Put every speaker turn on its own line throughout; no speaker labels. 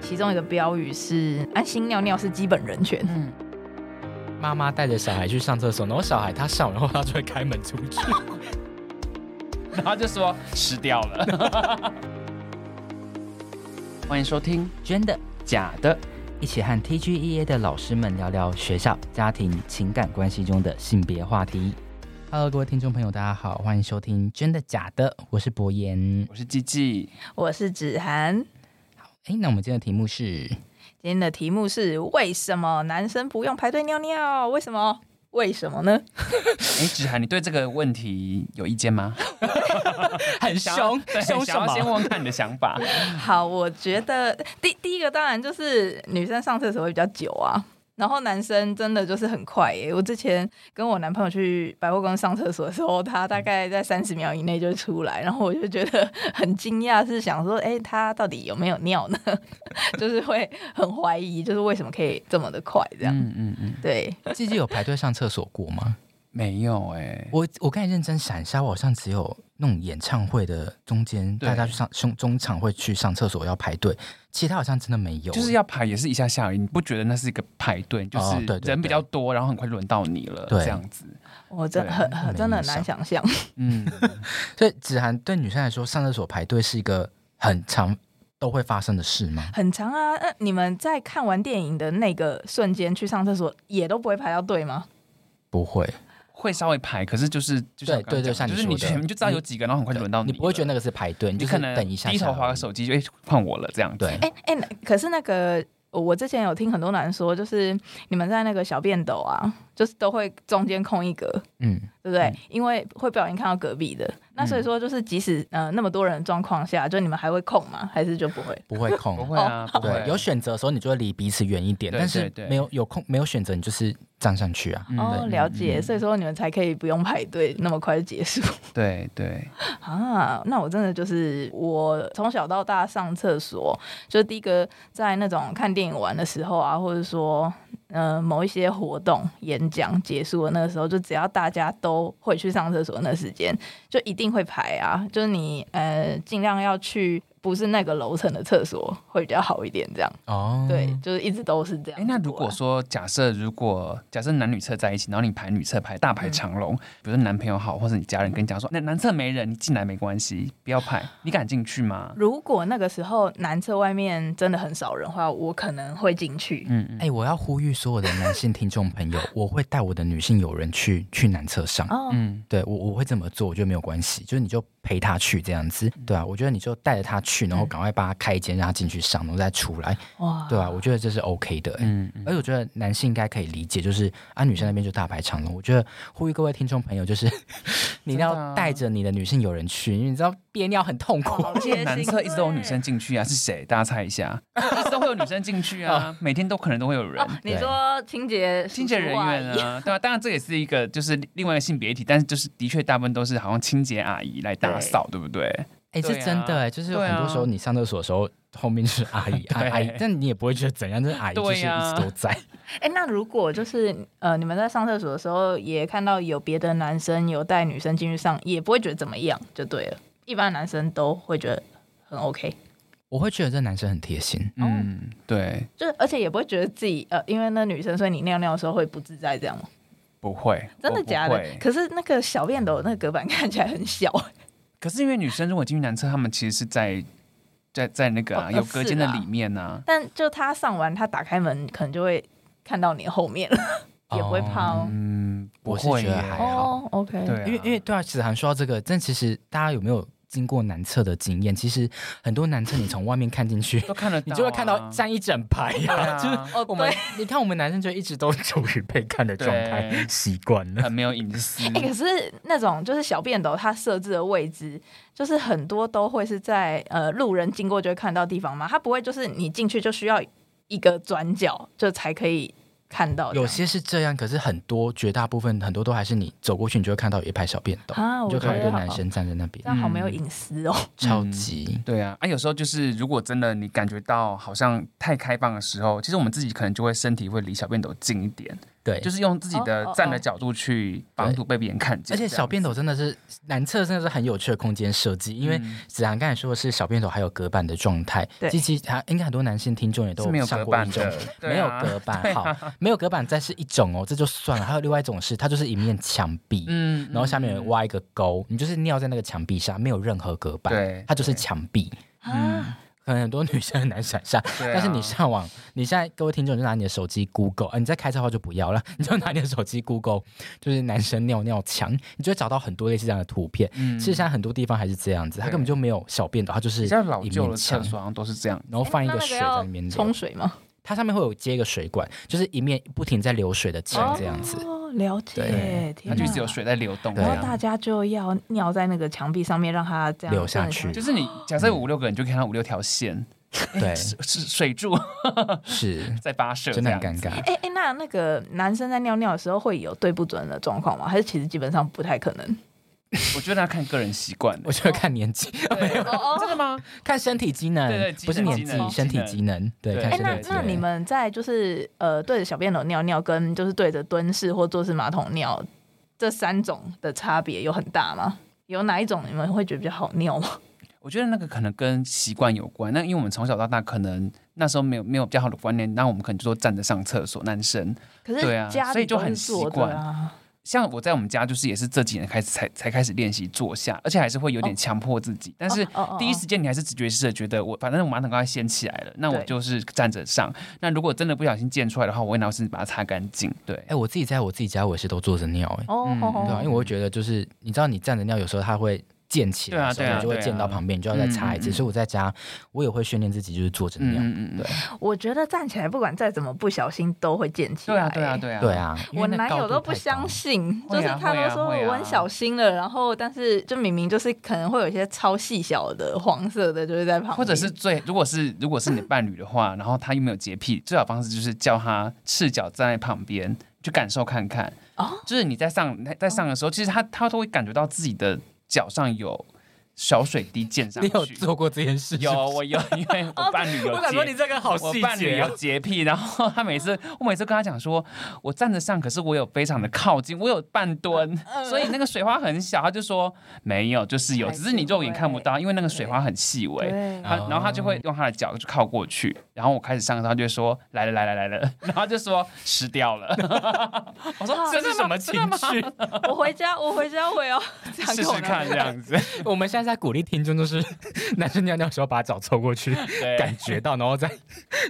其中一个标语是“安心尿尿是基本人权
嗯，妈妈带着小孩去上厕所，然后小孩他上完后，他就会开门出去，然后就说湿掉了。
欢迎收听
真的，
假的，
一起和 TGEA 的老师们聊聊学校、家庭、情感关系中的性别话题。Hello，各位听众朋友，大家好，欢迎收听《真的假的》，我是博言。
我是季季，”。
我是子涵，
哎，那我们今天的题目是
今天的题目是“为什么男生不用排队尿尿？为什么？为什么呢
哎，子涵，你对这个问题有意见吗？
很
想要对
凶什
想要先
么？
问看你的想法。？”
好，我觉得第第一个当然就是女生上厕所会比较久啊。然后男生真的就是很快耶、我之前跟我男朋友去百货公司上厕所的时候，他大概在三十秒以内就出来，然后我就觉得很惊讶，是想说，哎、他到底有没有尿呢？就是会很怀疑，就是为什么可以这么的快这样。
嗯嗯嗯，
对，
季季有排队上厕所过吗？
没有哎，
我我刚才认真闪一下，我好像只有那种演唱会的中间，
对
大家去上中中场会去上厕所要排队，其他好像真的没有。
就是要排也是一下下而已，你不觉得那是一个排队，就
哦
是
对对对
人比较多，然后很快轮到你了，
对
这样子。
我真
对
很
那
很
没
真的
印
很难想
象
象。
嗯，
所以子涵对女生来说，上厕所排队是一个很常都会发生的事吗？
很长啊。那你们在看完电影的那个瞬间去上厕所，也都不会排到队吗？
不会，
会稍微排，可是就是就像我刚
对对
刚
像
讲
你
就是你
说的
前面就知道有几个，然后很快就轮到
你不会觉得
得
那个是排队，你
你
就是
可能
等一下下
低头划个手机就哎换我了这样子。
对
哎、哎、可是那个。我之前有听很多男说，就是你们在那个小便斗啊，就是都会中间空一格，
嗯，
对不对？
嗯
因为会不小心看到隔壁的。那所以说，就是即使呃那么多人的状况下，就你们还会空吗？还是就不会？
不 会空，
不会啊，不会
对，有选择的时候你就会离彼此远一点，
对
但是
对对
没有有空没有选择，你就是站上去啊。
嗯
哦，
对
了解。所以说你们才可以不用排队，那么快就结束。
对对，
啊，那我真的就是我从小到大上厕所，就第一个在那种看电影玩的时候啊，或者说呃某一些活动演讲结束的那个时候，就只要大家都会去上厕所那时间，就一定会排啊，就是你呃尽量要去不是那个楼层的厕所会比较好一点，这样
哦，
对，就是一直都是这样啊子
哎
过来。，
嗯那如果说假设如果假设男女厕在一起，然后你排女厕排大
嗯
排长龙，比如说男朋友好，或者你家人跟你讲说，那男厕没人，你进来没关系，不 要排，你敢进去吗？
如果那个时候男厕外面真的很少人的话，我可能会进去。
嗯嗯，
哎、我要呼吁所有的男性听众朋友， 我会带我的女性友人去去男厕上。
哦，
嗯，
对我我会这么做，我觉得没有关系，就是你就陪他去这样子，对啊，我觉得你就带着他去，
嗯
然后赶快帮他开一间，让他进去上，然后再出来，
哇，
对啊，我觉得这是 OK 的、欸。
嗯
而且我觉得男性应该可以理解，就是啊，女生那边就大排长龙。我觉得呼吁各位听众朋友，就是 你一定
真的
要
啊哦
带着你的女性友人去，因为你知道憋尿很痛苦。
好
而且
贴
男
心
厕一直都有女
对
生进去啊，是谁？大家猜一下， 一直都会有女生进 去啊，每天都可能都会有人
哦。，你
对
说清洁
清洁人员
叔叔阿姨
啊，对啊，当然这也是一个就是另外一个性别议题，但是就是的确大部分都是好像清洁阿姨来打扫，对不对？
哎、
对
是
啊
真的哎、就是
对
很多时候
啊
你上厕所的时候，后面就是阿 姨，阿
对
阿姨，但你也不会觉得怎样，就是阿姨就是
对啊
一
呀
直都在。
哎、那如果就是呃，你们在上厕所的时候也看到有别的男生有带女生进去上，也不会觉得怎么样，就对了。一般男生都会觉得很 OK，
我会觉得这男生很贴心，
哦
嗯，对，
就是而且也不会觉得自己呃，因为那女生，所以你尿尿的时候会不自在这样吗？
不会，
真的
我不
假的
会？
可是那个小便斗那个隔板 看起来很小，
可是因为女生如果进去男厕，她们其实是在在在那个、啊
哦
有隔间的
是啦
里面啊呐、
但就他上完，他打开门可能就会看到你后面了， 也不会怕哦。
嗯，不
我是
会
觉得
耶
还好
哦，OK，
对啊、
因为因为对啊，子涵说到这个，但其实大家有没有经过男厕的经验？其实很多男厕你从外面看进去，
都看得到
哎
啊、
你就会看到站一整排呀、
对啊
就是
哦
我们你看我们男生就一直都处于被看的状态
对，
习惯了。
很没有隐私。
哎、可是那种就是小便斗，它设置的位置，就是很多都会是在呃路人经过就会看到地方嘛，它不会就是你进去就需要一个转角就才可以看到这样。
有些是这样，可是很多绝大部分很多都还是你走过去，你就会看到有一排小便斗，
啊，我
你就
觉
看到一
得
堆
好
男生嗯站在那边
这，样好没有隐私哦。
超级。
对啊，啊，有时候就是如果真的你感觉到好像太开放的时候，其实我们自己可能就会身体会离小便斗近一点，
对，
就是用自己
哦哦
的
哦
站的角度去防堵被别人看见。
而且小便斗真的是男厕，真的是很有趣的空间设计。因为
嗯
子涵刚才说的是小便斗还有隔板的状态，
对
其实还应该很多男性听众也
这
都
样是没有
上
隔
过一
板
种
的，
没
对
有
啊
隔板，好，没有隔板再是一种哦，这就算了。还有另外一种是，它就是一面墙壁，
嗯
然后下面有
嗯
挖一个沟，你就是尿在那个墙壁上，没有任何隔板，
对
它就是
对
墙壁。
啊，
可能很多女生很难想象，
对啊
但是你上网，你现在各位听众你就拿你的手机 Google，呃，你在开车的话就不要了， 你就拿你的手机 Google，就是男生尿尿墙，你就会找到很多类似这样的图片。
嗯
其实现在很多地方还是这样子，它
对
根本就没有小便斗，它就是
比较老
一
旧
面
的
墙
厕，所好像都是这样。
然后放一
那那
水
要
在里面流
冲水吗？
它上面会有接一个水管，就是一面不停在流水的墙这样子。
哦，了解
对，
天
它
哪
就一直有。水在流动，
对
然
啊
后大家就要尿在那个墙壁上面，让它这样
流下去
顺着
就是你假设有五六个人，你就看到五六条线，
对，
是是水柱
是
在发射，
真的很
这样
尴尬。
哎哎，那那个男生在尿尿的时候会有对不准的状况吗？还是其实基本上不太可能？
我觉得要看个人习惯的
我。觉得看年纪， 没
哦
有
真的吗？
看身体机能，
对对机
不是
能
年
机
纪，
能
身
机
体
能
机能，对，
对
看
哎，
身
那
体机能。
那你们在就是呃对着小便斗尿尿，跟就是对着蹲式或坐式马桶尿这三种的差别有很大吗？有哪一种你们会觉得比较好尿吗？
我觉得那个可能跟习惯有关。那因为我们从小到大，可能那时候没有没有比较好的观念，那我们可能就说站着上厕所。男生
可是
对啊
家
所
里
以就
都是
很习
坐着
惯
啊，
像我在我们家就是也是这几年开始才才开始练习坐下，而且还是会有点强迫自己，但是。
哦哦哦
第一时间你还是直觉式的觉得我反正我马桶刚才掀起来了，那我
对
就是站着上。那如果真的不小心溅出来的话，我会拿卫生纸把它擦干净。对
哎、，我自己在我自己家，我也是都坐着尿、哎、
哦
嗯
哦
对啊，
哦
因为我会觉得就是，你知道你站着尿，有时候它会溅起来的时候，
对啊对啊
你就会溅到旁边，你就要再擦一次。
嗯嗯嗯
所以我在家，我也会训练自己，就是坐着尿。
嗯嗯嗯，
我觉得站起来不管再怎么不小心都会溅起
对
来、
啊对啊。对啊
对，啊，因
我
为那
男
高
友
度
都不
太高
相。 信，就
会
是
啊
他
会
都
啊
说
会
我
啊
很小心了，然后但是就明明就是可能会有一些超细小的黄色的，就是在旁边，
嗯
或者是最，如果是如果是你的伴侣 的话，然后他又没有洁癖，最好方式就是叫他赤脚站在旁边，去感受看看。
哦
就是你在上在上的时候，其实他他都会感觉到自己的脚上有小水滴溅上
你
去。
有做过这件事？
有我有，因为我伴侣有洁。
这个好啊
我伴侣有洁癖，然后他每次我每次跟他讲说，我站着上，可是我有非常的靠近，我有半 蹲，
嗯
所以那个水花很小。他就说没有，就是有，
还
只
是
是你肉眼看不
会
到，因为那个水花很细微。
对，
他
哦
然后他就会用他的脚就靠过去，然后我开始上课，他就会说来了来了来 了，然后他就说湿掉了。 我说这是什么情绪？
我回家，我回家我也要 这样
试
跟我
试
男
看
友
这样 子，
我们现在在鼓励听众，就是 男生尿尿的时候把脚凑过去，
对，
感觉到，然后再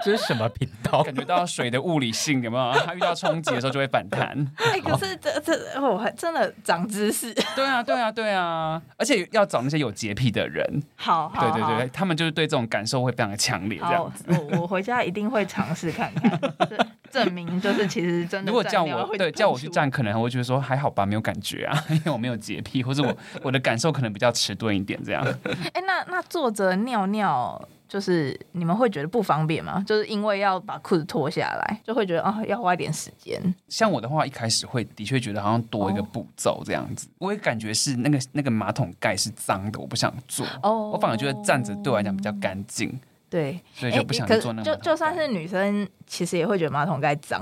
这是什么频道？
感觉到水的物理性有没有？他遇到冲击的时候就会反弹。
哎、可是这这我还真的长知识，
对啊，对啊，对啊，而且要找那些有洁癖的人，
好好
对对对，
好
对他们就是对这种感受会非常的强烈。这
好
样，，
我我回家一定会尝试看看，就是证明就是其实真的。
如果叫我对叫我去，站，可能我会觉得说还好吧，没有感觉啊， 因为我没有洁癖，或者我我的感受可能比较迟钝一点，这样。
哎、那那坐着尿尿，就是你们会觉得不方便吗？就是因为要把裤子脱下来，就会觉得啊、要花一点时间。
像我的话，一开始会的确觉得好像多一个步骤这样子，我也感觉是那个那个马桶盖是脏的，我不想做。
哦
我反而觉得站着对我来讲比较干净，
对，
所以
哎
就不想
可是
做那个马桶盖、
就就算是女生，其实也会觉得马桶盖脏，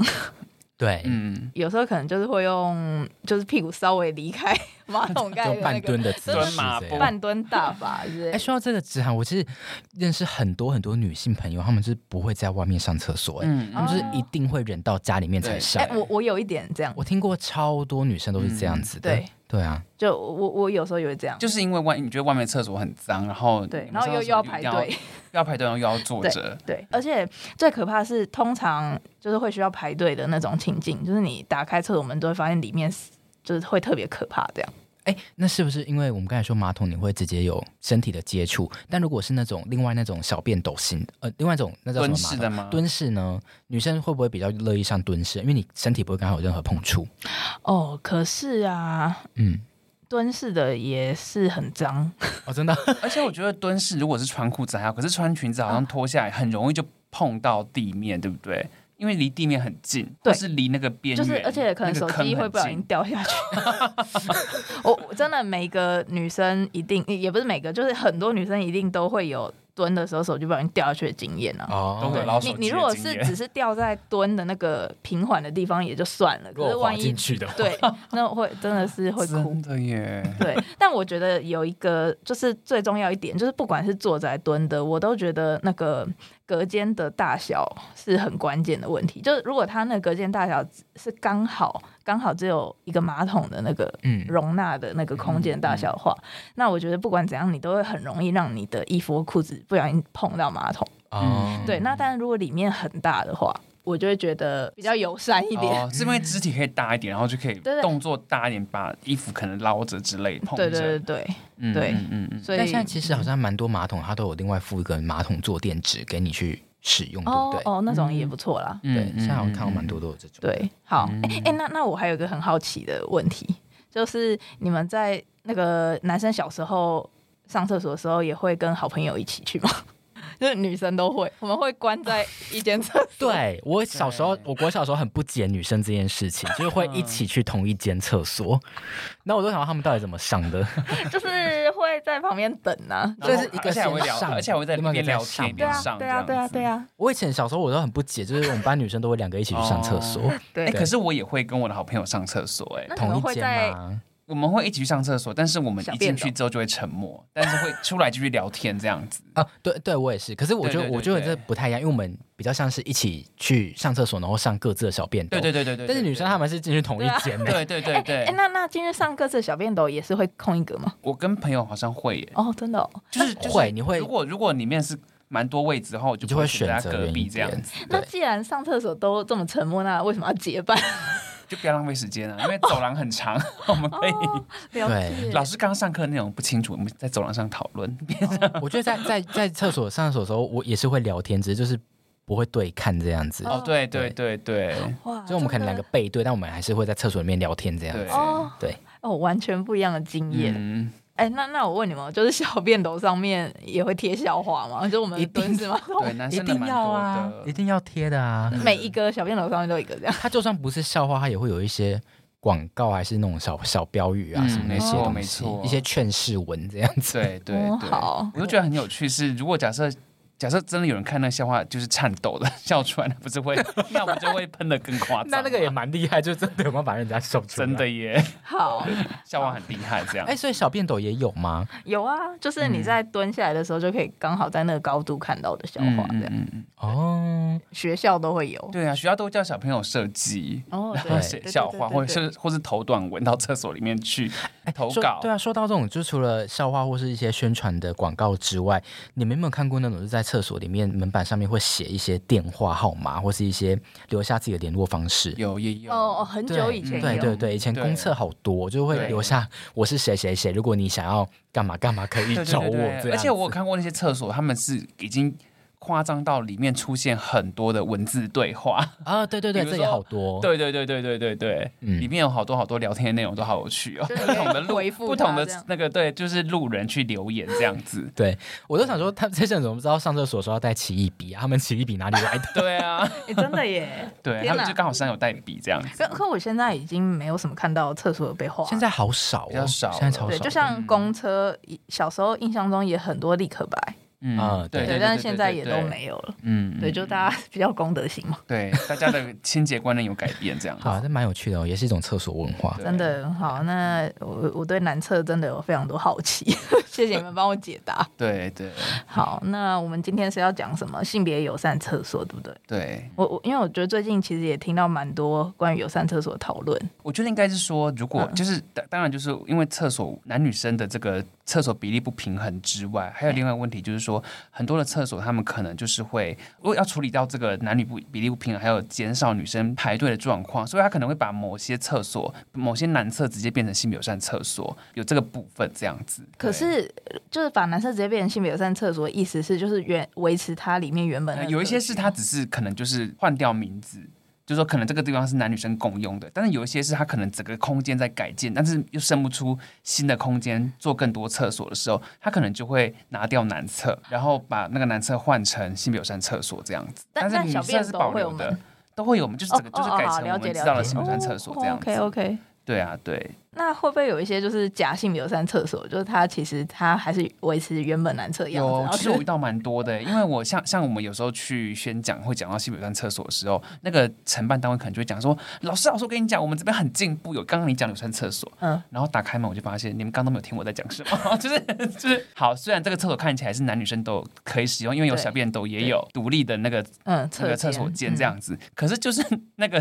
对，
嗯，
有时候可能就是会用就是屁股稍微离开 马桶盖、那
用
个，
半蹲的姿势
真的
马
这
步
样
半蹲大法之类
哎、
的。
说到这个直涵，我其实认识很多很多女性朋友，她们是不会在外面上厕所、哎、
嗯
她们就是一定会忍到家里面才
对
上。
哦哎、我我有一点这样，
我听过超多女生都是这样子的，
嗯对
对啊，
就我我有时候也会这样，
就是因为外你觉得外面的厕所很脏，然后
对，
你们
然后又
上
又
厕
要
所一
排
定
队，
又要排队，然后又要坐着，
对，而且最可怕的是，通常就是会需要排队的那种情境，就是你打开厕所门都会发现里面是就是会特别可怕这样。
哎、那是不是因为我们刚才说马桶你会直接有身体的接触，但如果是那种另外那种小便斗型，呃，另外一种那叫什么
蹲
马
式
桶？
的吗？
蹲式呢，女生会不会比较乐意上蹲式？因为你身体不会刚好有任何碰触。
哦，可是啊，
嗯，
蹲式的也是很脏，
哦，真的，
而且我觉得蹲式如果是穿裤子还好，可是穿裙子好像脱下来很容易就碰到地面，对不对？因为离地面很近，
对
或是离那个边
就
缘，
是而且可能
那
手
个坑
机会
很
不小
近
心掉下去。 我我真的每个女生一定也不是每个，就是很多女生一定都会有。蹲的时候手机不小心掉下去的经验啊。
哦，
都会
对
老
你
手
你
机的
如果
经
是
验
只是掉在蹲的那个平缓的地方也就算了，
如
可是
果滑
万一
进去的话，
对，那会真的是会哭
真。的耶，
对，但我觉得有一个就是最重要一点，就是不管是坐着还是蹲的，我都觉得那个隔间的大小是很关键的问题。就是如果它那个隔间大小是刚好刚好只有一个马桶的那个
嗯，
容纳的那个空间大小的话，那我觉得不管怎样，你都会很容易让你的衣服或裤子不小心碰到马桶。
哦，
嗯对，那但如果里面很大的话，我就会觉得比较友善 一点。
哦，是因为肢体可以大一点，然后就可以
对对
动作大一点，把衣服可能捞着之类
哦
碰着。
对对对对，
嗯
对
嗯嗯嗯。
所以
但现在其实好像蛮多马桶，它都有另外附一个马桶坐垫纸给你去使用，对不
哦
对？
哦，那种也不错啦。
嗯
对，
嗯
现在好像看到蛮多都有这种。
对，好，哎、
嗯
诶那那我还有一个很好奇的问题，就是你们在那个男生小时候上厕所的时候，也会跟好朋友一起去吗？ 就是女生都会，我们会关在一间厕所。
对我小时候
对，嗯
我国小时候很不解女生这件事情，就是会一起去同一间厕所。那我都想到他们到底怎么上的，
就是会在旁边等啊。
然后
就是一个
而且还会聊
线上，
而且还会在
另外一个
边聊
在上
天边上，
对啊，对啊，对
啊。
啊，
我以前小时候我都很不解，就是我们班女生都会两个一起去上厕所，
对
哎，
啊，对。
可是我也会跟我的好朋友上厕所，哎，
那你
同
们
一
会
间
在
嘛。
我们会一起去上厕所，但是我们
小
一
便
进
斗
去之后就会沉默，但是会出来继续聊天这样子。
啊，对对，我也是。可是我觉得
对对对
我觉得
对
这不太一样，因为我们比较像是一起去上厕所，然后上各自的小便斗。
对对对对对。
但是女生她们是进去同一间的。
对，对对对对
哎、那那今天上各自的小便斗也是会空一格吗？
我跟朋友好像会耶，
哦，真的、哦。
就是就是
会你会
如果如果里面是蛮多位置的话，我就
你就
不
会
会选
选
在
择
隔
远一
壁这样
点
子，
那既然上厕所都这么沉默，那为什么要结伴？
就不要浪费时 间啊，因为走廊很长， 我们可以。
哦，了解
对。
老师刚刚上课内容不清楚，我们在走廊上讨论。
我觉得在在在厕所上厕所的时候，我也是会聊天，只是就是不会对看这样子。
哦
哦，对对对对，
哇，
所以我们可能啊两个背对，但我们还是会在厕所里面聊天这样
对
子。
哦，
对，
哦，完全不一样的经验。
嗯，
哎、那那我问你们哦，就是小便斗上面也会贴笑话吗？就我们
一
的
定
蹲式马桶，
对，男
哦一
生的
定
蛮
要
多
啊，一
的。
定要贴的啊。
每一个小便斗上面都有一个这样。
它就算不是笑话，它也会有一些广告，还是那种小小标语啊
嗯
什么那些
没错
东
没
西，
错
一些劝世文这样子。
对对
哦
对，
好
我就觉得很有趣。是如果假设假设真的有人看那笑话，就是颤抖的笑出来，那不是会， 那我们就会喷的更夸张。 啊
那那个也蛮厉害，就真的有办法把人家笑出来。
真的耶，
好，
笑话很厉害这样
哎，。所以小便斗也有吗？
有啊，就是
嗯
你在蹲下来的时候，就可以刚好在那个高度看到的笑
嗯
话，这
嗯
样、
嗯嗯，
哦，
学校都会有。
对啊，学校都会叫小朋友设计。
哦，
然
对
后
对
写笑话，或者是或是投短文到厕所里面去投
说
稿。
对啊，说到这种，就除了笑话或是一些宣传的广告之外，你们有没有看过那种是在厕所里面门板上面会写一些电话号码，或是一些留下自己的联络方式？
有也有
哦哦，很
对嗯
久以前有。
对对对，以前
对
公厕好多，就会
对
留下我是谁谁谁，如果你想要干嘛干嘛可以
对对
找我
对
这样。
对，而且我有看过那些厕所，他们是已经夸张到里面出现很多的文字对话。
啊，对对对，
比
这
如说
也好多。
对对对对对对对，
哦嗯。
里面有好多好多聊天的内容，都好有趣哦。
就
不
是可以
同的
回
路，
复
不同
他这样
的那个对，就是路人去留言这样子
对，我都想说，他们这些人怎么知道上厕所的时候要带奇异笔啊？他们奇异笔哪里来的？
对啊，
诶哎真的耶。
对
天
他
哪
们就刚好身上有带笔这样子。
可可我现在已经没有什么看到厕所有被 画。
现在好少
比
哦，
较少
现在超
对，
少
就。像公车，小时候印象中也很多立可白，
嗯
啊对
对，但是现在也都。没有了。
嗯，嗯
对，就大家比较公德心嘛，
对大家的清洁观念有改变这样子。
好，这蛮有趣的哦，也是一种厕所文化。
对
真的很好。那我我对男厕真的有非常多好奇， 谢谢你们帮我解答。
对对
好，那我们今天是要讲什么？性别友善厕所，对不对？
对，
我我因为我觉得最近其实也听到蛮多关于友善厕所的讨论，
我觉得应该是说，如果
嗯
就是当当然就是因为厕所男女生的这个厕所比例不平衡之外，还有另外一个问题就是说，很多的厕所他们可能就是会，如果要处理到这个男女不比例不平衡，还有减少女生排队的状况，所以他可能会把某些厕所、某些男厕直接变成性别友善厕所，有这个部分这样子。
可
对
是就是把男厕直接变成性别友善厕所，意思是就是原维持它里面原本的
呃
那个
有一些是他只是可能就是换掉名字，就说可能这个地方是男女生共用的，但是有一些是他可能整个空间在改建，但是又生不出新的空间做更多厕所的时候，他可能就会拿掉男厕，然后把那个男厕换成性别友善厕所这样子，
但
是
但
女
小
厕
便
是
斗
保
会有
留
门
的。都会有，我们就是
哦
整个就是
哦
改
哦好
成我
了
们
解哦
知
了
道的
解
性别友善厕所这样子。
OK OK，
对啊，对，
那会不会有一些就是假性友善厕所？就是它其实它还是维持原本男厕样子，
有
然，后
其实我
就
遇到蛮多的，欸因为我像像我们有时候去宣讲会讲到性别友善厕所的时候，那个承办单位可能就会讲说，老师老师，我跟你讲，我们这边很进步，有刚刚你讲友善厕所，
嗯，
然后打开门我就发现你们刚刚都没有听我在讲什么， 就是就是好，虽然这个厕所看起来是男女生都可以使用，因为有
对
小便斗也有独立的那个
嗯
那个厕所间这，样子，可是就是 那个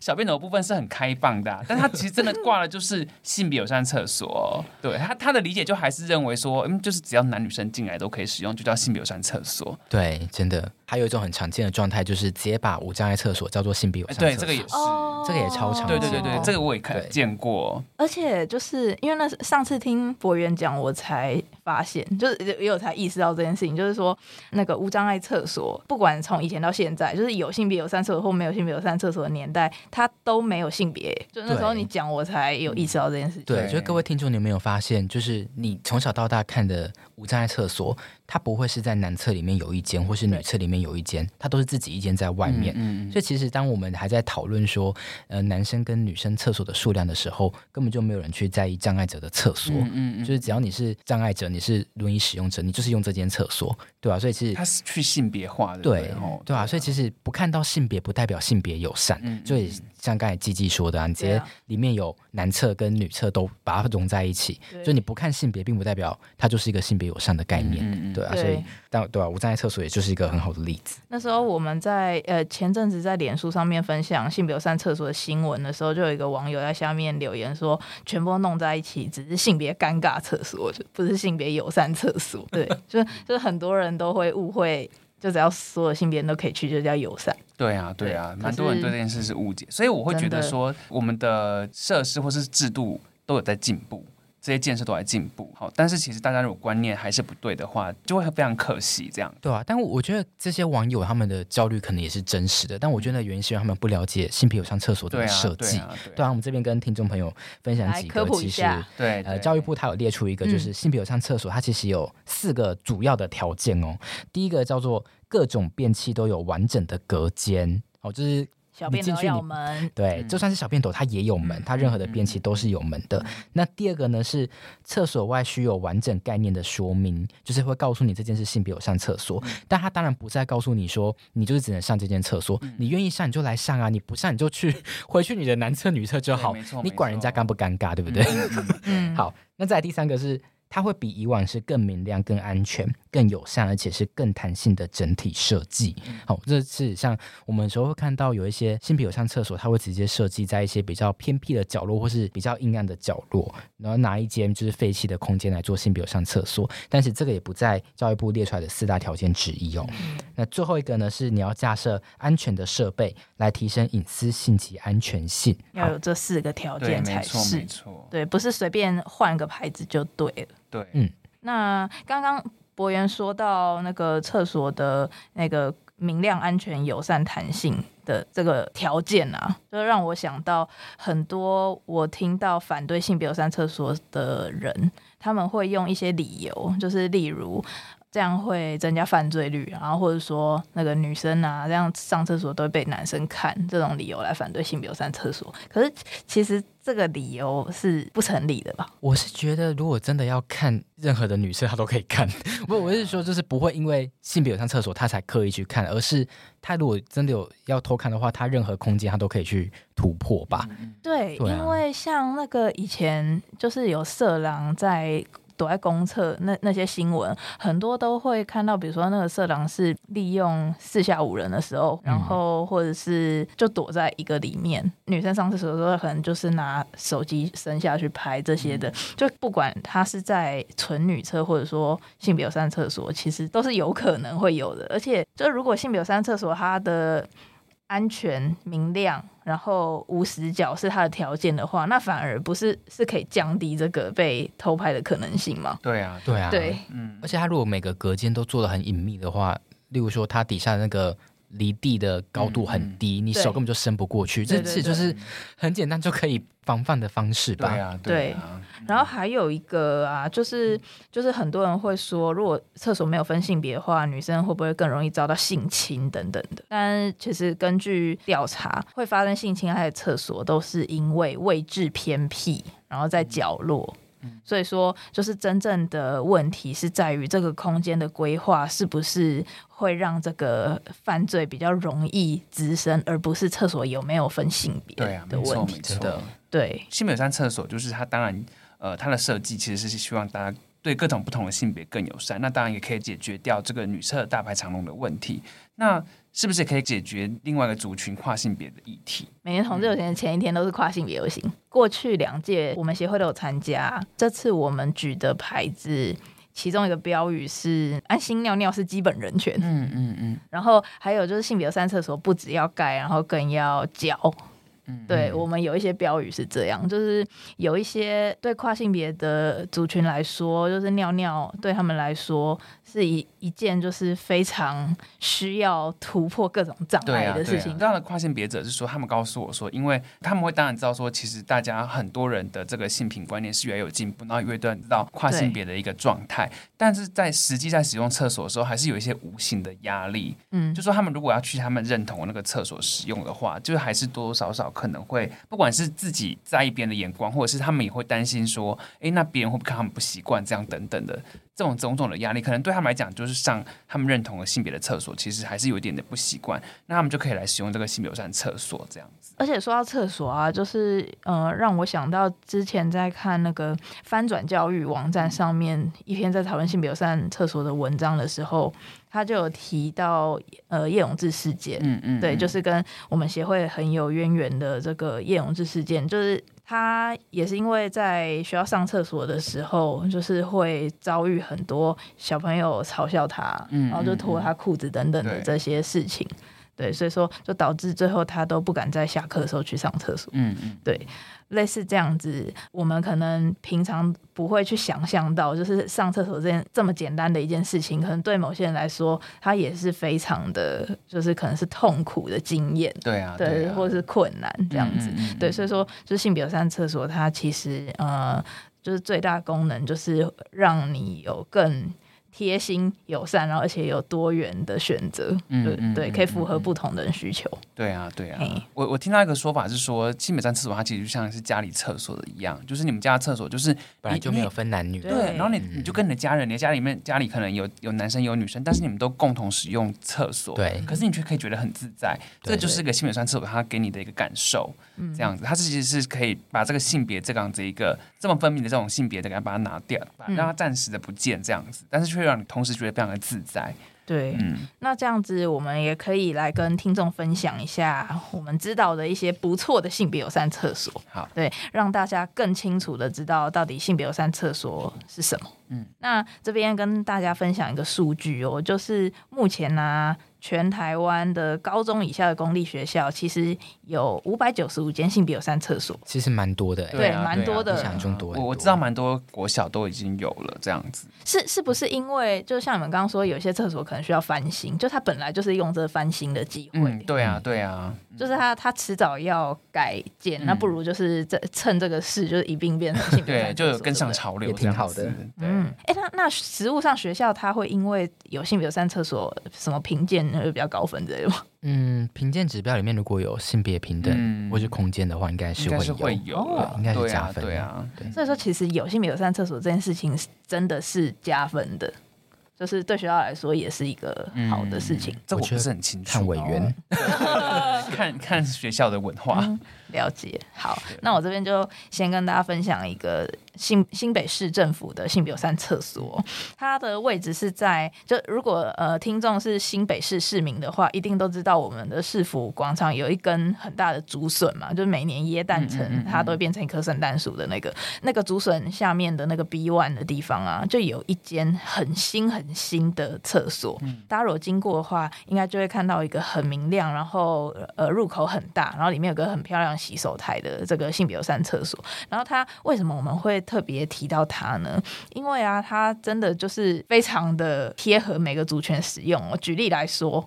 小便斗的部分是很开放的啊、但它其实真的挂了就是性别友善厕所哦、对他他的理解就还是认为说，嗯，就是只要男女生进来都可以使用，就叫性别友善厕所。
对，真的，还有一种很常见的状态，就是直接把无障碍厕所叫做性别友
哎
善厕所。
对，这个也是，
哦，
这个也超常
对对对对，这个我也看
对
见过。
而且就是因为那是上次听博元讲，我才发现，就是也有才意识到这件事情，就是说那个无障碍厕所，不管从以前到现在，就是有性别友善厕所或没有性别友善厕所的年代，它都没有性别。就那时候
对
你讲，我才有意识到这件事情。
对，
对
就是各位听众，你有没有发现，就是你从小到大看的无障碍厕所，它不会是在男厕里面有一间，或是女厕里面有一间，它都是自己一间在外面。
嗯
所以其实当我们还在讨论说，呃，男生跟女生厕所的数量的时候，根本就没有人去在意障碍者的厕所。
嗯嗯
就，是只要你是障碍者，你是轮椅使用者，你就是用这间厕所，对吧、所以其实
他嗯是去性别化的，
对
哦，
对啊，所以其实不看到性别，不代表性别友善。
嗯嗯
就也像刚才季季说的、啊，你直
对
接
啊
里面有男厕跟女厕都把它融在一起，
对
就你不看性别，并不代表它就是一个性别友善的概念。
嗯嗯
对啊，
对
所以但对啊，无障碍厕所也就是一个很好的例子。
那时候我们在呃前阵子在脸书上面分享性别友善厕所的新闻的时候，就有一个网友在下面留言说，全部都弄在一起，只是性别尴尬厕所，就不是性别友善厕所。对，就是就是很多人都会误会。就只要所有性别人都可以去，就叫友善。
对啊，对啊，
对
蛮
可
多人
是
对这件事是误解，所以我会觉
真
得
的
说，我们的设施或是制度都有在进步，这些建设都在进步。好，但是其实大家如果观念还是不对的话，就会非常可惜。这样，
对啊，但我我觉得这些网友他们的焦虑可能也是真实的，但我觉得原因是因为他们不了解性别友善厕所
对
的
啊，
设
对
计。
啊，
对
对
啊，
啊，
我们这边跟听众朋友分享
来
几个
科，普
其
一
实
下
对，
呃，
对
教育部它有列出一个，就
嗯
是性别友善厕所，它其实有四个主要的条件哦。第一个叫做各种便器都有完整的隔间，哦，就是
小便
你进
都
去
要
你
门，
对，
嗯
就算是小便斗，它也有门
嗯，
它任何的便器都是有门的。那第二个呢是厕所外需有完整概念的说明，就是会告诉你这件是性别友善厕所，
嗯
但它当然不再告诉你说你就是只能上这间厕所，
嗯
你愿意上你就来上啊，你不上你就去 回去你的男厕女厕就
对
好
没错，
你
没
管人家
错
尴不尴尬，对不对？
嗯嗯嗯
嗯，
好，那再来第三个是，它会比以往是更明亮、更安全、更友善，而且是更弹性的整体设计。
嗯
好，这是像我们有时候会看到有一些性别友善厕所，它会直接设计在一些比较偏僻的角落或是比较阴暗的角落，然后拿一间就是废弃的空间来做性别友善厕所。但是这个也不在教育部列出来的四大条件之一哦。
嗯
那最后一个呢，是你要架设安全的设备来提升隐私性及安全性。
要有这四个 条
嗯对，
件
没
才
错，
是
没。错，
对，不是随便换个牌子就对了。
对，
嗯
那刚刚博源说到那个厕所的那个明亮、安全、友善、弹性的这个条件啊，就让我想到很多我听到反对性别友善厕所的人，他们会用一些理由，就是例如。这样会增加犯罪率，然后或者说那个女生啊，这样上厕所都会被男生看，这种理由来反对性别友善厕所。可是其实这个理由是不成立的吧？
我是觉得，如果真的要看任何的女生，她都可以看。不，我是说，就是不会因为性别有上厕所，她才刻意去看，而是她如果真的有要偷看的话，她任何空间她都可以去突破吧。
对，
对啊
因为像那个以前就是有色狼在。躲在公厕那那些新闻，很多都会看到，比如说那个色狼是利用四下无人的时候，然后或者是就躲在一个里面，女生上厕所的时候可能就是拿手机伸下去拍这些的，就不管她是在纯女厕或者说性别友善厕所，其实都是有可能会有的。而且，就如果性别友善厕所它的安全、明亮，然后无死角是它的条件的话，那反而不是是可以降低这个被偷拍的可能性吗？
对啊，
对啊，
对。，
嗯
而且她如果每个隔间都做的很隐秘的话，例如说她底下那个离地的高度很低，你手
对
根本就伸不过去，
对
这
对
这就是
对
很简单就可以防范的方式
对
吧。
啊，对啊，
然后还有一个啊，就是就是很多人会说，如果厕所没有分性别的话，女生会不会更容易遭到性侵等等的？但其实根据调查，会发生性侵害的厕所都是因为位置偏僻。然后在角落。
嗯
所以说，就是真正的问题是在于这个空间的规划是不是会让这个犯罪比较容易滋生，而不是厕所有没有分性别
对啊，
的
没错
问
没
题。
错
真的。
对，
新北友善厕所就是它，当然呃，它的设计其实是希望大家对各种不同的性别更友善。那当然也可以解决掉这个女厕大排长龙的问题。那是不是也可以解决另外一个族群跨性别的议题？
每年同志游行
嗯
的前一天都是跨性别游行，过去两届我们协会都有参加，这次我们举的牌子。其中一个标语是“安心尿尿是基本人权”，
嗯嗯嗯，
然后还有就是性别友善厕所不只要盖，然后更要教。
嗯
对我们有一些标语是这样，就是有一些对跨性别的族群来说，就是尿尿对他们来说是一一件就是非常需要突破各种障
对
碍
啊，
的
对
事
啊。
情。
这样的跨性别者是说，他们告诉我说，因为他们会当然知道说，其实大家很多人的这个性平观念是越来越有进步，然后也越多人知道跨性别的一个状态，但是在实际在使用厕所的时候，还是有一些无形的压力。
嗯
就，说他们如果要去他们认同的那个厕所使用的话，就是还是多多少少可能会，不管是自己在意别人的眼光，或者是他们也会担心说，诶，那别人会不会看他们不习惯这样等等的，这种种种的压力，可能对他们来讲，就是上他们认同的性别的厕所，其实还是有一点点不习惯，那他们就可以来使用这个性别友善厕所这样子。
而且说到厕所啊，就是呃，让我想到之前在看那个翻转教育网站上面一篇在讨论性别友善厕所的文章的时候，他就有提到呃叶永志事件。
嗯嗯
对，就是是跟我们协会很有渊源的这个叶永志事件，就是他也是因为在学校上厕所的时候，就是会遭遇很多小朋友嘲笑他，
嗯
然后就脱他裤子等等的
对
这些事情。对，所以说就导致最后他都不敢在下课的时候去上厕所，
嗯嗯
类似这样子，我们可能平常不会去想象到，就是上厕所这件这么简单的一件事情，可能对某些人来说，他也是非常的，就是可能是痛苦的经验。
对啊，
对，
啊
或是困难这样子。
嗯嗯嗯
对，所以说就是性别友善厕所，它其实呃，就是最大功能就是让你有更贴心、友善，然后而且有多元的选择，
嗯
对
嗯
对，
嗯
可以符合不同的人需求。
对啊，对啊
嘿。
我我听到一个说法是说，新北站厕所它其实就像是家里厕所的一样，就是你们家的厕所就是
本来就没有分男女，
对
对，然后你你就跟你的家人，你的家里面家里可能有有男生有女生，但是你们都共同使用厕所，
对
可是你却可以觉得很自在，这
对嗯
就是个性别上厕所它给你的一个感受，这样子，它其实是可以把这个性别这样子一个这么分明的这种性别的给它把它拿掉，把
嗯
让它暂时的不见这样子，但是却让你同时觉得非常的自在，
对，
嗯，
那这样子我们也可以来跟听众分享一下我们知道的一些不错的性别友善厕所。
好，
对，让大家更清楚的知道到底性别友善厕所是什么。嗯，那这边跟大家分享一个数据哦，就是目前呢、啊全台湾的高中以下的公立学校，其实有五百九十五间性别友善厕所。
其实蛮多的、欸，
对蛮多的
比想中多很
啊我
多
我知道蛮多国小都已经有了这样子，
是是不是因为，就像你们刚刚说，有些厕所可能需要翻新，就它本来就是用这翻新的机会，
嗯，对啊，对啊，
就是它它迟早要改建，
嗯
那不如就是这趁这个事，就是一并变成性别友
对，
善
就
厕
有
所对
跟上
不对
潮流，
也挺好的，
对。
嗯，哎、那那实物上学校它会因为有性别友善厕所什么评鉴会比较高分之类的吗？
嗯，评鉴指标里面如果有性别平等、
嗯
或是空间的话，应该是
应该
会
是
有。
会有
哦
啦，
应该是
对
加
啊
分
对
的
啊，
所以说，其实有性别友善厕所这件事情是真的是加分的，就是对学校来说也是一个好的事情。
这我
我觉
不
得
是很清楚。
看委
哦
员，
看看学校的文化，
嗯了解，好，那我这边就先跟大家分享一个新新北市政府的性别友善厕所，它的位置是在就如果呃听众是新北市市民的话，一定都知道我们的市府广场有一根很大的竹笋嘛，就是每年椰蛋城
嗯嗯嗯嗯
它都会变成一棵圣诞树的那个那个竹笋下面的那个 B one 的地方啊，就有一间很新很新的厕所，
嗯
大家如果经过的话，应该就会看到一个很明亮，然后呃入口很大，然后里面有个很漂亮的洗手台的这个性别友善厕所。然后它为什么我们会特别提到它呢？因为啊，它真的就是非常的贴合每个族群的使用哦。我举例来说。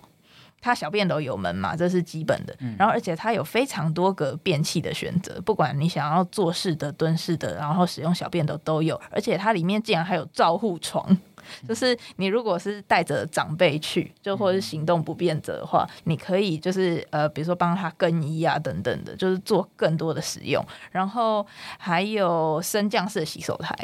它小便都有门嘛，这是基本的。然后，而且它有非常多个便器的选择，不管你想要坐式的、蹲式的，然后使用小便斗都有。而且它里面竟然还有照护床，就是你如果是带着长辈去，就或是行动不便者的话，你可以就是呃，比如说帮他更衣啊等等的，就是做更多的使用。然后还有升降式的洗手台，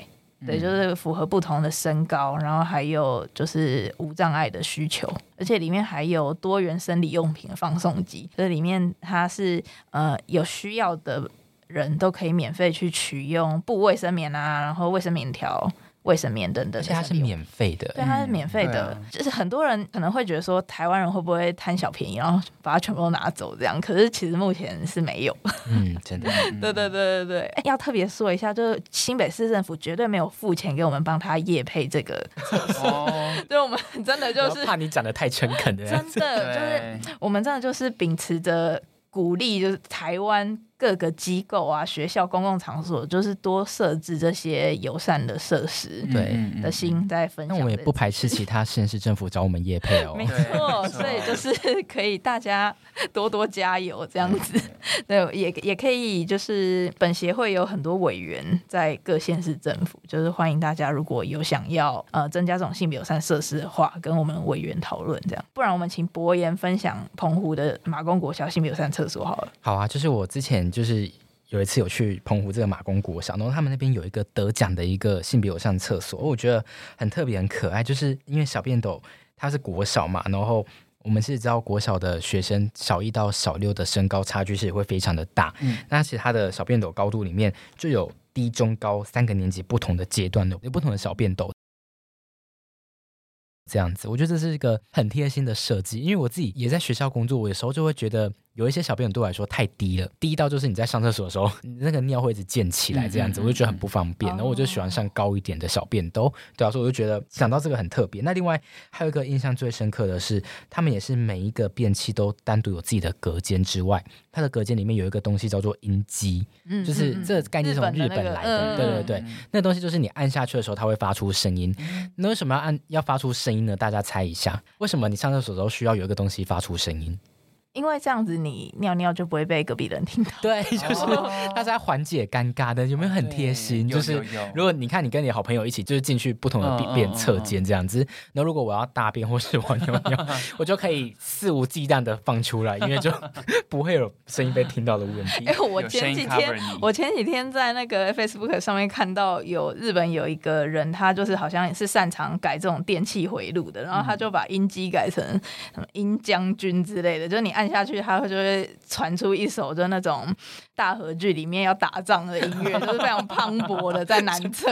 对，就是符合不同的身高，然后还有就是无障碍的需求，而且里面还有多元生理用品的放送机，这里面它是呃有需要的人都可以免费去取用布卫生棉啊，然后卫生棉条、卫生棉等等
而
的
且
生理用
它
品，
是免费的，
对，它是免费的。
对啊
就是很多人可能会觉得说，台湾人会不会贪小便宜，然后把它全部都拿走这样？可是其实目前是没有。
嗯，真的，
对对对对对，哎要特别说一下，就是新北市政府绝对没有付钱给我们帮他业配这个，
哦，
对我们真的就
我
是
怕你讲的太诚恳了，
真的 就是
对，
我们真的就是秉持着鼓励，就是台湾各个机构啊、学校、公共场所，就是多设置这些友善的设施
对
嗯
的。心在分
那
享。
我们也不排斥其他县市政府找我们业配哦
没。
对
错，
没错
所以就是 可以大家多多加油这样子。 对，也也可以就是本协会有很多委员在各县市政府，就是欢迎大家如果有想要呃增加这种性别友善设施的话，跟我们委员讨论这样。不然我们请博言分享澎湖的马公国小性别友善厕所好了。
好啊，就是我之前就是有一次有去澎湖这个马公国小，然后他们那边有一个得奖的一个性别友善厕所，我觉得很特别很可爱，就是因为小便斗它是国小嘛，然后。我们是知道国小的学生小一到小六的身高差距是会非常的大，
嗯
那其实它的小便斗高度里面就有低、中、高三个年级不同的阶段的有不同的小便斗，这样子，我觉得这是一个很贴心的设计。因为我自己也在学校工作，我有时候就会觉得有一些小便斗对我来说太低了，低到就是你在上厕所的时候，你那个尿会一直溅起来，这样子，
嗯嗯
我就觉得很不方便。
嗯
然后我就喜欢上高一点的小便斗，对啊，所以我就觉得想到这个很特别。那另外还有一个印象最深刻的是，他们也是每一个便器都单独有自己的隔间之外，它的隔间里面有一个东西叫做阴机，
嗯
就是这个概念是从日本来
嗯
的，对对对。那东西就是你按下去的时候，它会发出声音。那为什么要按要发出声音呢？大家猜一下，为什么你上厕所的时候需要有一个东西发出声音？
因为这样子你尿尿就不会被隔壁人听到。
对，就是
哦
大家缓解尴尬的，有没有很贴心？
对
就
有
是
有有
如果你看你跟你好朋友一起，就是进去不同的
嗯
便
嗯
便
嗯
侧间这样子，那如果我要大便或是我尿尿， 我就可以肆无忌惮的放出来，因为就不会有声音被听到的问 题
哎、。我
有
前
声
几
音
天
cover 你
我前几天在那个 Facebook 上面看到有日本有一个人，他就是好像是擅长改这种电器回路的，然后
嗯
他就把音机改成什么音将军之类的，就是你按下去，它就会传出一首就那种大和剧里面要打仗的音乐，就是非常磅礴的在 南侧。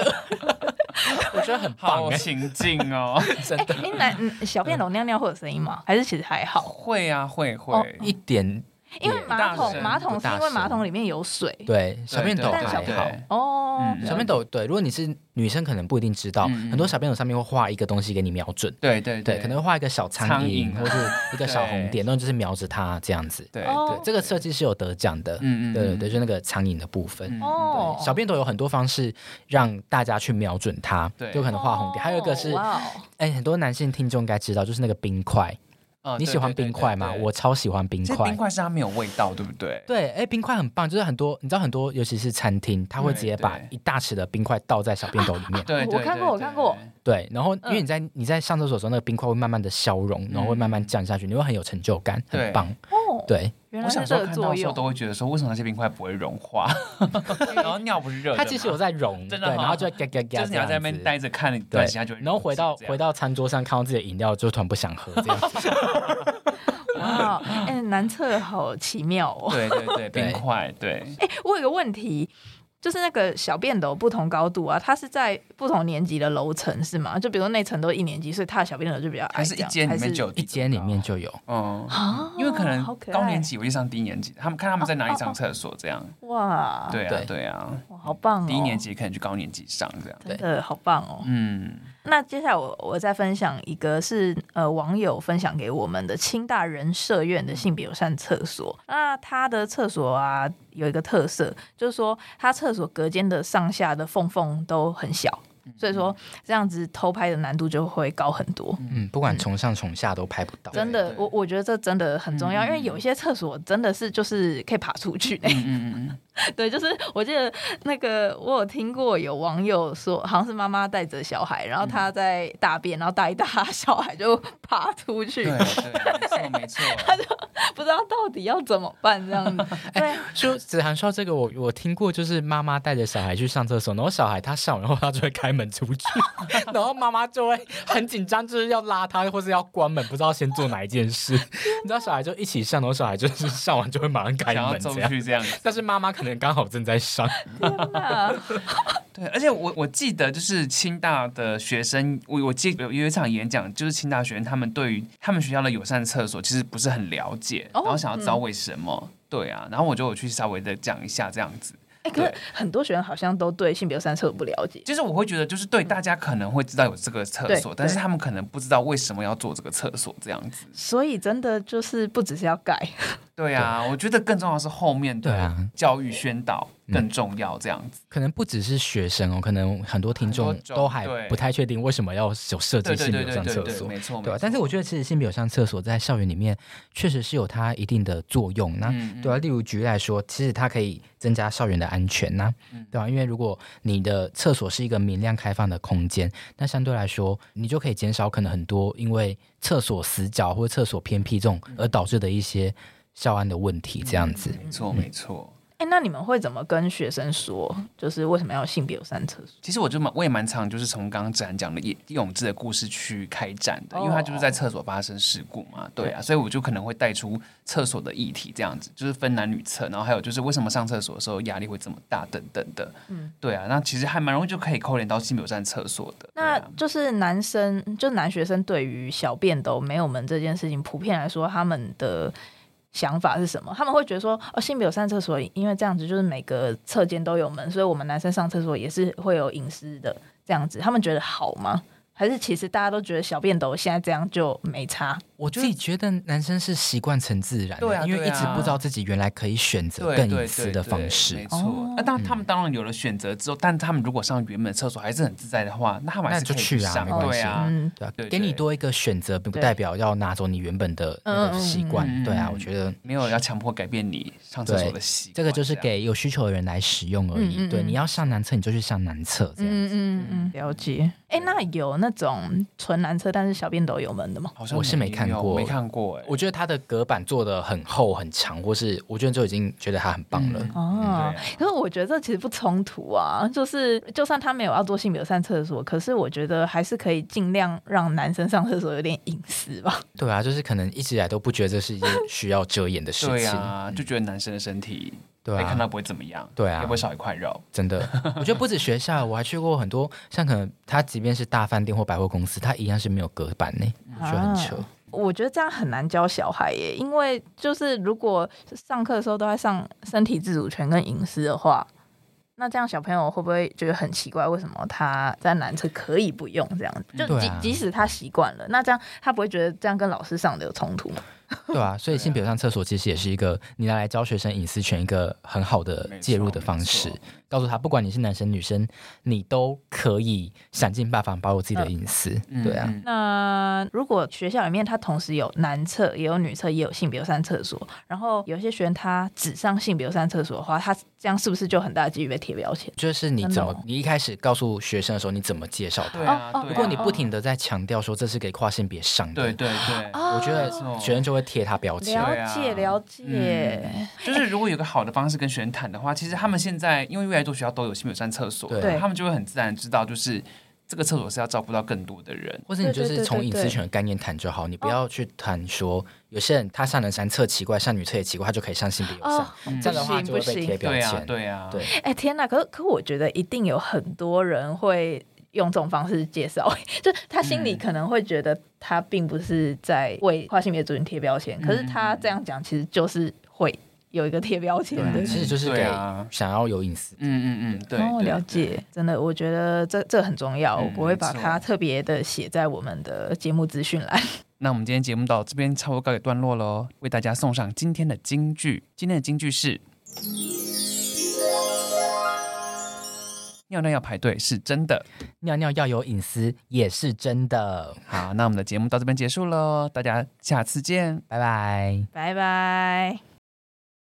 我觉得很棒
好
哎、
情境 哦，
真
哎、
的。
你南嗯小便斗尿尿会有声音吗？还是其实还好？
会啊会
哦
会，
一点
因为
不
马
大
桶
声
马桶
不
是
大
因为马
声
桶里面有水
对，小便斗
哎对对
还
对
好。
哦。
嗯
小便斗对，如果你是女生，可能不一定知道，
嗯嗯
很多小便斗上面会画一个东西给你瞄准，
对对
对，可能会画一个小苍
苍
蝇
蝇啊
或是一个小红 点，那就是瞄着它这样子。
对
哦
对，这个设计是有得奖的，
嗯嗯嗯
对对对，就那个苍蝇的部分。
嗯
哦，
对，小便斗有很多方式让大家去瞄准它，
对
有可能画红点，还有一个是，
哇哦
哎，很多男性听众应该知道，就是那个冰块，
哦
你喜欢冰块吗？我超喜欢冰
这
块
冰，块是它没有味道，对不对？
对，哎，冰块很棒，就是很多你知道很多，尤其是餐厅，他会直接把
对
一大匙的冰块倒在小便斗里 面，
对，
我
对
看过我看过，
对，然后因
嗯
为你在、你在上厕所的时候，那个冰块会慢慢的消融，然后会慢慢降下去，你会很有成就感，
对
很棒。
哦，
对，
原
对
来
我
是
小时
这
候
个
看到
作
的时候
用。
都会觉得说，为什么那些冰块不会融化？ 然后尿不是热的吗，
它其实有在融，对，
真的哦
然后就会嘎嘎嘎，
就是你要在那边
待。
待着看一
对
段时间，它就会，
然后回到
溶解
回到餐桌上，看到自己的饮料，就突然不想喝，这样子。
哇， 哎、男厕好奇妙哦！
这样 对对对，
对
冰块对，
哎、我有个问题，就是那个小便斗不同高度啊，它是在不同年级的楼层是吗？就比如那层都一年级，所以它的小便斗就比较矮
还是
这
一
样，
间里
哎还
面
是
就有
一间里面就有，
嗯。
啊，
因为可能
好可
高
爱哦
年级我就上低年级，他们看他们在哪里上厕所这样。
哇，
对啊
对，
对啊，
哇，好哦棒哦！
低年级可能去高年级上这样。
真的好棒哦！
嗯，
那接下来我我再分享一个是呃网友分享给我们的清大人社院的性别友善厕所。那它的厕所啊有一个特色，就是说它厕所隔间的上下的缝缝都很小，
嗯
所以说这样子偷拍的难度就会高很多。
嗯，不管从上从下都拍不到。
对
真的，我我觉得这真的很重要，
嗯嗯
因为有一些厕所真的是就是可以爬出去的、
嗯嗯嗯，
对，就是我记得那个我有听过有网友说，好像是妈妈带着小孩，然后
嗯
他在大便，然后大一大，小孩就爬出去，
对对，没错没错，
不知道到底要怎么办这 样子。
哎
对，
说子涵说这个我我听过，就是妈妈带着小孩去上厕所，然后小孩他上完后他就会开门出去，然后妈妈就会很紧张，就是要拉他或是要关门，不知道先做哪一件事。你知道小孩就一起上，然后小孩就是上完就会马上开
想要
门这
走
样。
去 这样子。
但是妈妈可能刚好正在上，
天 哪！
对，而且我我记得就是清大的学生，我我记得有有一场演讲，就是清大学生他们对于他们学校的友善厕所其实不是很了解，
哦
然后想要知道为什么。对啊，然后我就有去稍微的讲一下这样子，
哎、可是
对
很多学生好像都对性别三侧不了解。
就是我会觉得就是对大家可能会知道有这个厕所，
对
但是
对
他们可能不知道为什么要做这个厕所这样子。
所以真的就是不只是要改，
对啊，我觉得更重要的是后面
对
的
啊
教育宣导更重要这样子。
可能不只是学生哦，可能很多听
很
众
多种
都还
对
不太确定为什么要有设
对
计
对
性
对
别
对
上
对
厕
对，
所。
没错，
对、
没
啊
错，
但是我觉得其实性别友善厕所在校园里面确实是有它一定的作用。那、
嗯嗯
对啊，例如举例来说，其实它可以增加校园的安全呐、
嗯
对啊，因为如果你的厕所是一个明亮开放的空间，那相对来说，你就可以减少可能很多因为厕所死角或者厕所偏僻这种
嗯
而导致的一些校安的问题，这样子。
没错没错。
哎、那你们会怎么跟学生说？就是为什么要有性别有三厕所？
其实我就蛮我也蛮常就是从刚刚子涵讲的叶永志的故事去开展的，
哦
因为他就是在厕所发生事故嘛，对啊，所以我就可能会带出厕所的议题这样子，就是分男女厕，然后还有就是为什么上厕所的时候压力会这么大等等的，嗯，对啊，那其实还蛮容易就可以扣连到性友善厕所的，对
那
啊
就是男生，就男学生对于小便斗没有门这件事情，普遍来说，他们的想法是什么？他们会觉得说，哦，性别有三厕所，因为这样子就是每个侧间都有门，所以我们男生上厕所也是会有隐私的，这样子，他们觉得好吗？还是其实大家都觉得小便斗现在这样就没差？
我自己觉得男生是习惯成自然的，
对啊
因为
对
一
啊
直不知道自己原来可以选择
对
更
对
隐私
对
的
对，
方式。嗯
没错
哦。
那当然，他们当然有了选择之后，但他们如果上原本的厕所还是很自在的话，那他们还是
那就
可以
去啊
上
没关系
对啊，
嗯，
对啊
对，
给你
对
多一个选择，并不
对
代表要拿走你原本的那
嗯嗯
个
嗯
习惯。
嗯嗯
对啊，
嗯
我觉得
没有要强迫改变你上厕所的习惯，啊
这个就是
样
给有需求的人来使用而已。
嗯嗯嗯
对，你要上男厕，你就去上男厕，这样。
嗯嗯嗯，了解。哎、那有那种纯男厕但是小便斗有门的吗？
好像
我是没看
有
过
没看过哎、
我觉得它的隔板做的很厚很长，或是我觉得就已经觉得它很棒了。
嗯
哦，
对啊
可是我觉得这其实不冲突啊，就是就算他没有要做性别友善厕所，可是我觉得还是可以尽量让男生上厕所有点隐私吧。
对啊，就是可能一直以来都不觉得这是一件需要遮掩的事
对
情。
啊，就觉得男生的身体
嗯对
被看到
啊，
不会怎么样，
对啊
也不会少一块肉。
真的，我觉得不止学 校，我还去过很多，像可能它即便是大饭店或百货公司，它一样是没有隔板呢，我觉得很扯。
我觉得这样很难教小孩耶，因为就是如果上课的时候都在上身体自主权跟隐私的话，那这样小朋友会不会觉得很奇怪？为什么他在男厕可以不用这样？就
对
即、
啊
即使他习惯了，那这样他不会觉得这样跟老师上的有冲突吗？
对啊，所以性别上厕所其实也是一个你拿来教学生隐私权一个很好的介入的方式
没错没，
告诉他不管你是男生女生，你都可以想尽办法保有自己的隐私。对啊，
嗯，
那如果学校里面他同时有男厕，也有女厕，也有性别友善厕所，然后有一些学员他只上性别友善厕所的话，他这样是不是就很大的几率被贴标签？
就是你怎
真的
么
哦
你一开始告诉学生的时候，你怎么介绍他？
对啊，
哦哦
对啊
如果你不停的在强调说这是给跨性别上的，
对对对，
我觉得
哦
学生就会贴他标签。
了
对啊
解了解，
嗯
就是如果有个好的方式跟学生谈的话，其实他们现在因为越来越多学校都有新友善厕所，
对
对
他们就会很自然地知道，就是这个厕所是要照顾到更多的人。
或者你就
对对
是
对
从
对
隐私
对哦
权的概念谈就好，你不要去谈说有些人他上了男厕奇怪，上女厕也奇怪，他就可以上性别友
哦
善，这样的话
不行
就会被
不行
贴标
对啊
签，。
对啊，
对
哎、天呐！可是可我觉得一定有很多人会用这种方式介绍， 就他心里
嗯
可能会觉得他并不是在为跨性别族群贴标签，可是
嗯
他这样讲其实就是会有一个贴标签的
对，。其实就是
嗯对
给
啊
想要有隐私
嗯嗯嗯，对，
哦，
对
了。解，真的，我觉得这这很重要，
嗯
我不会把
没错
它特别的写在我们的节目资讯栏。
那我们今天节目到这边差不多告一段落喽，为大家送上今天的金句。今天的金句是：尿尿要排队是真的。
尿尿要有隐私也是真的。
哦好，那我们的节目到这边结束喽，大家下次见。
拜拜。
拜拜。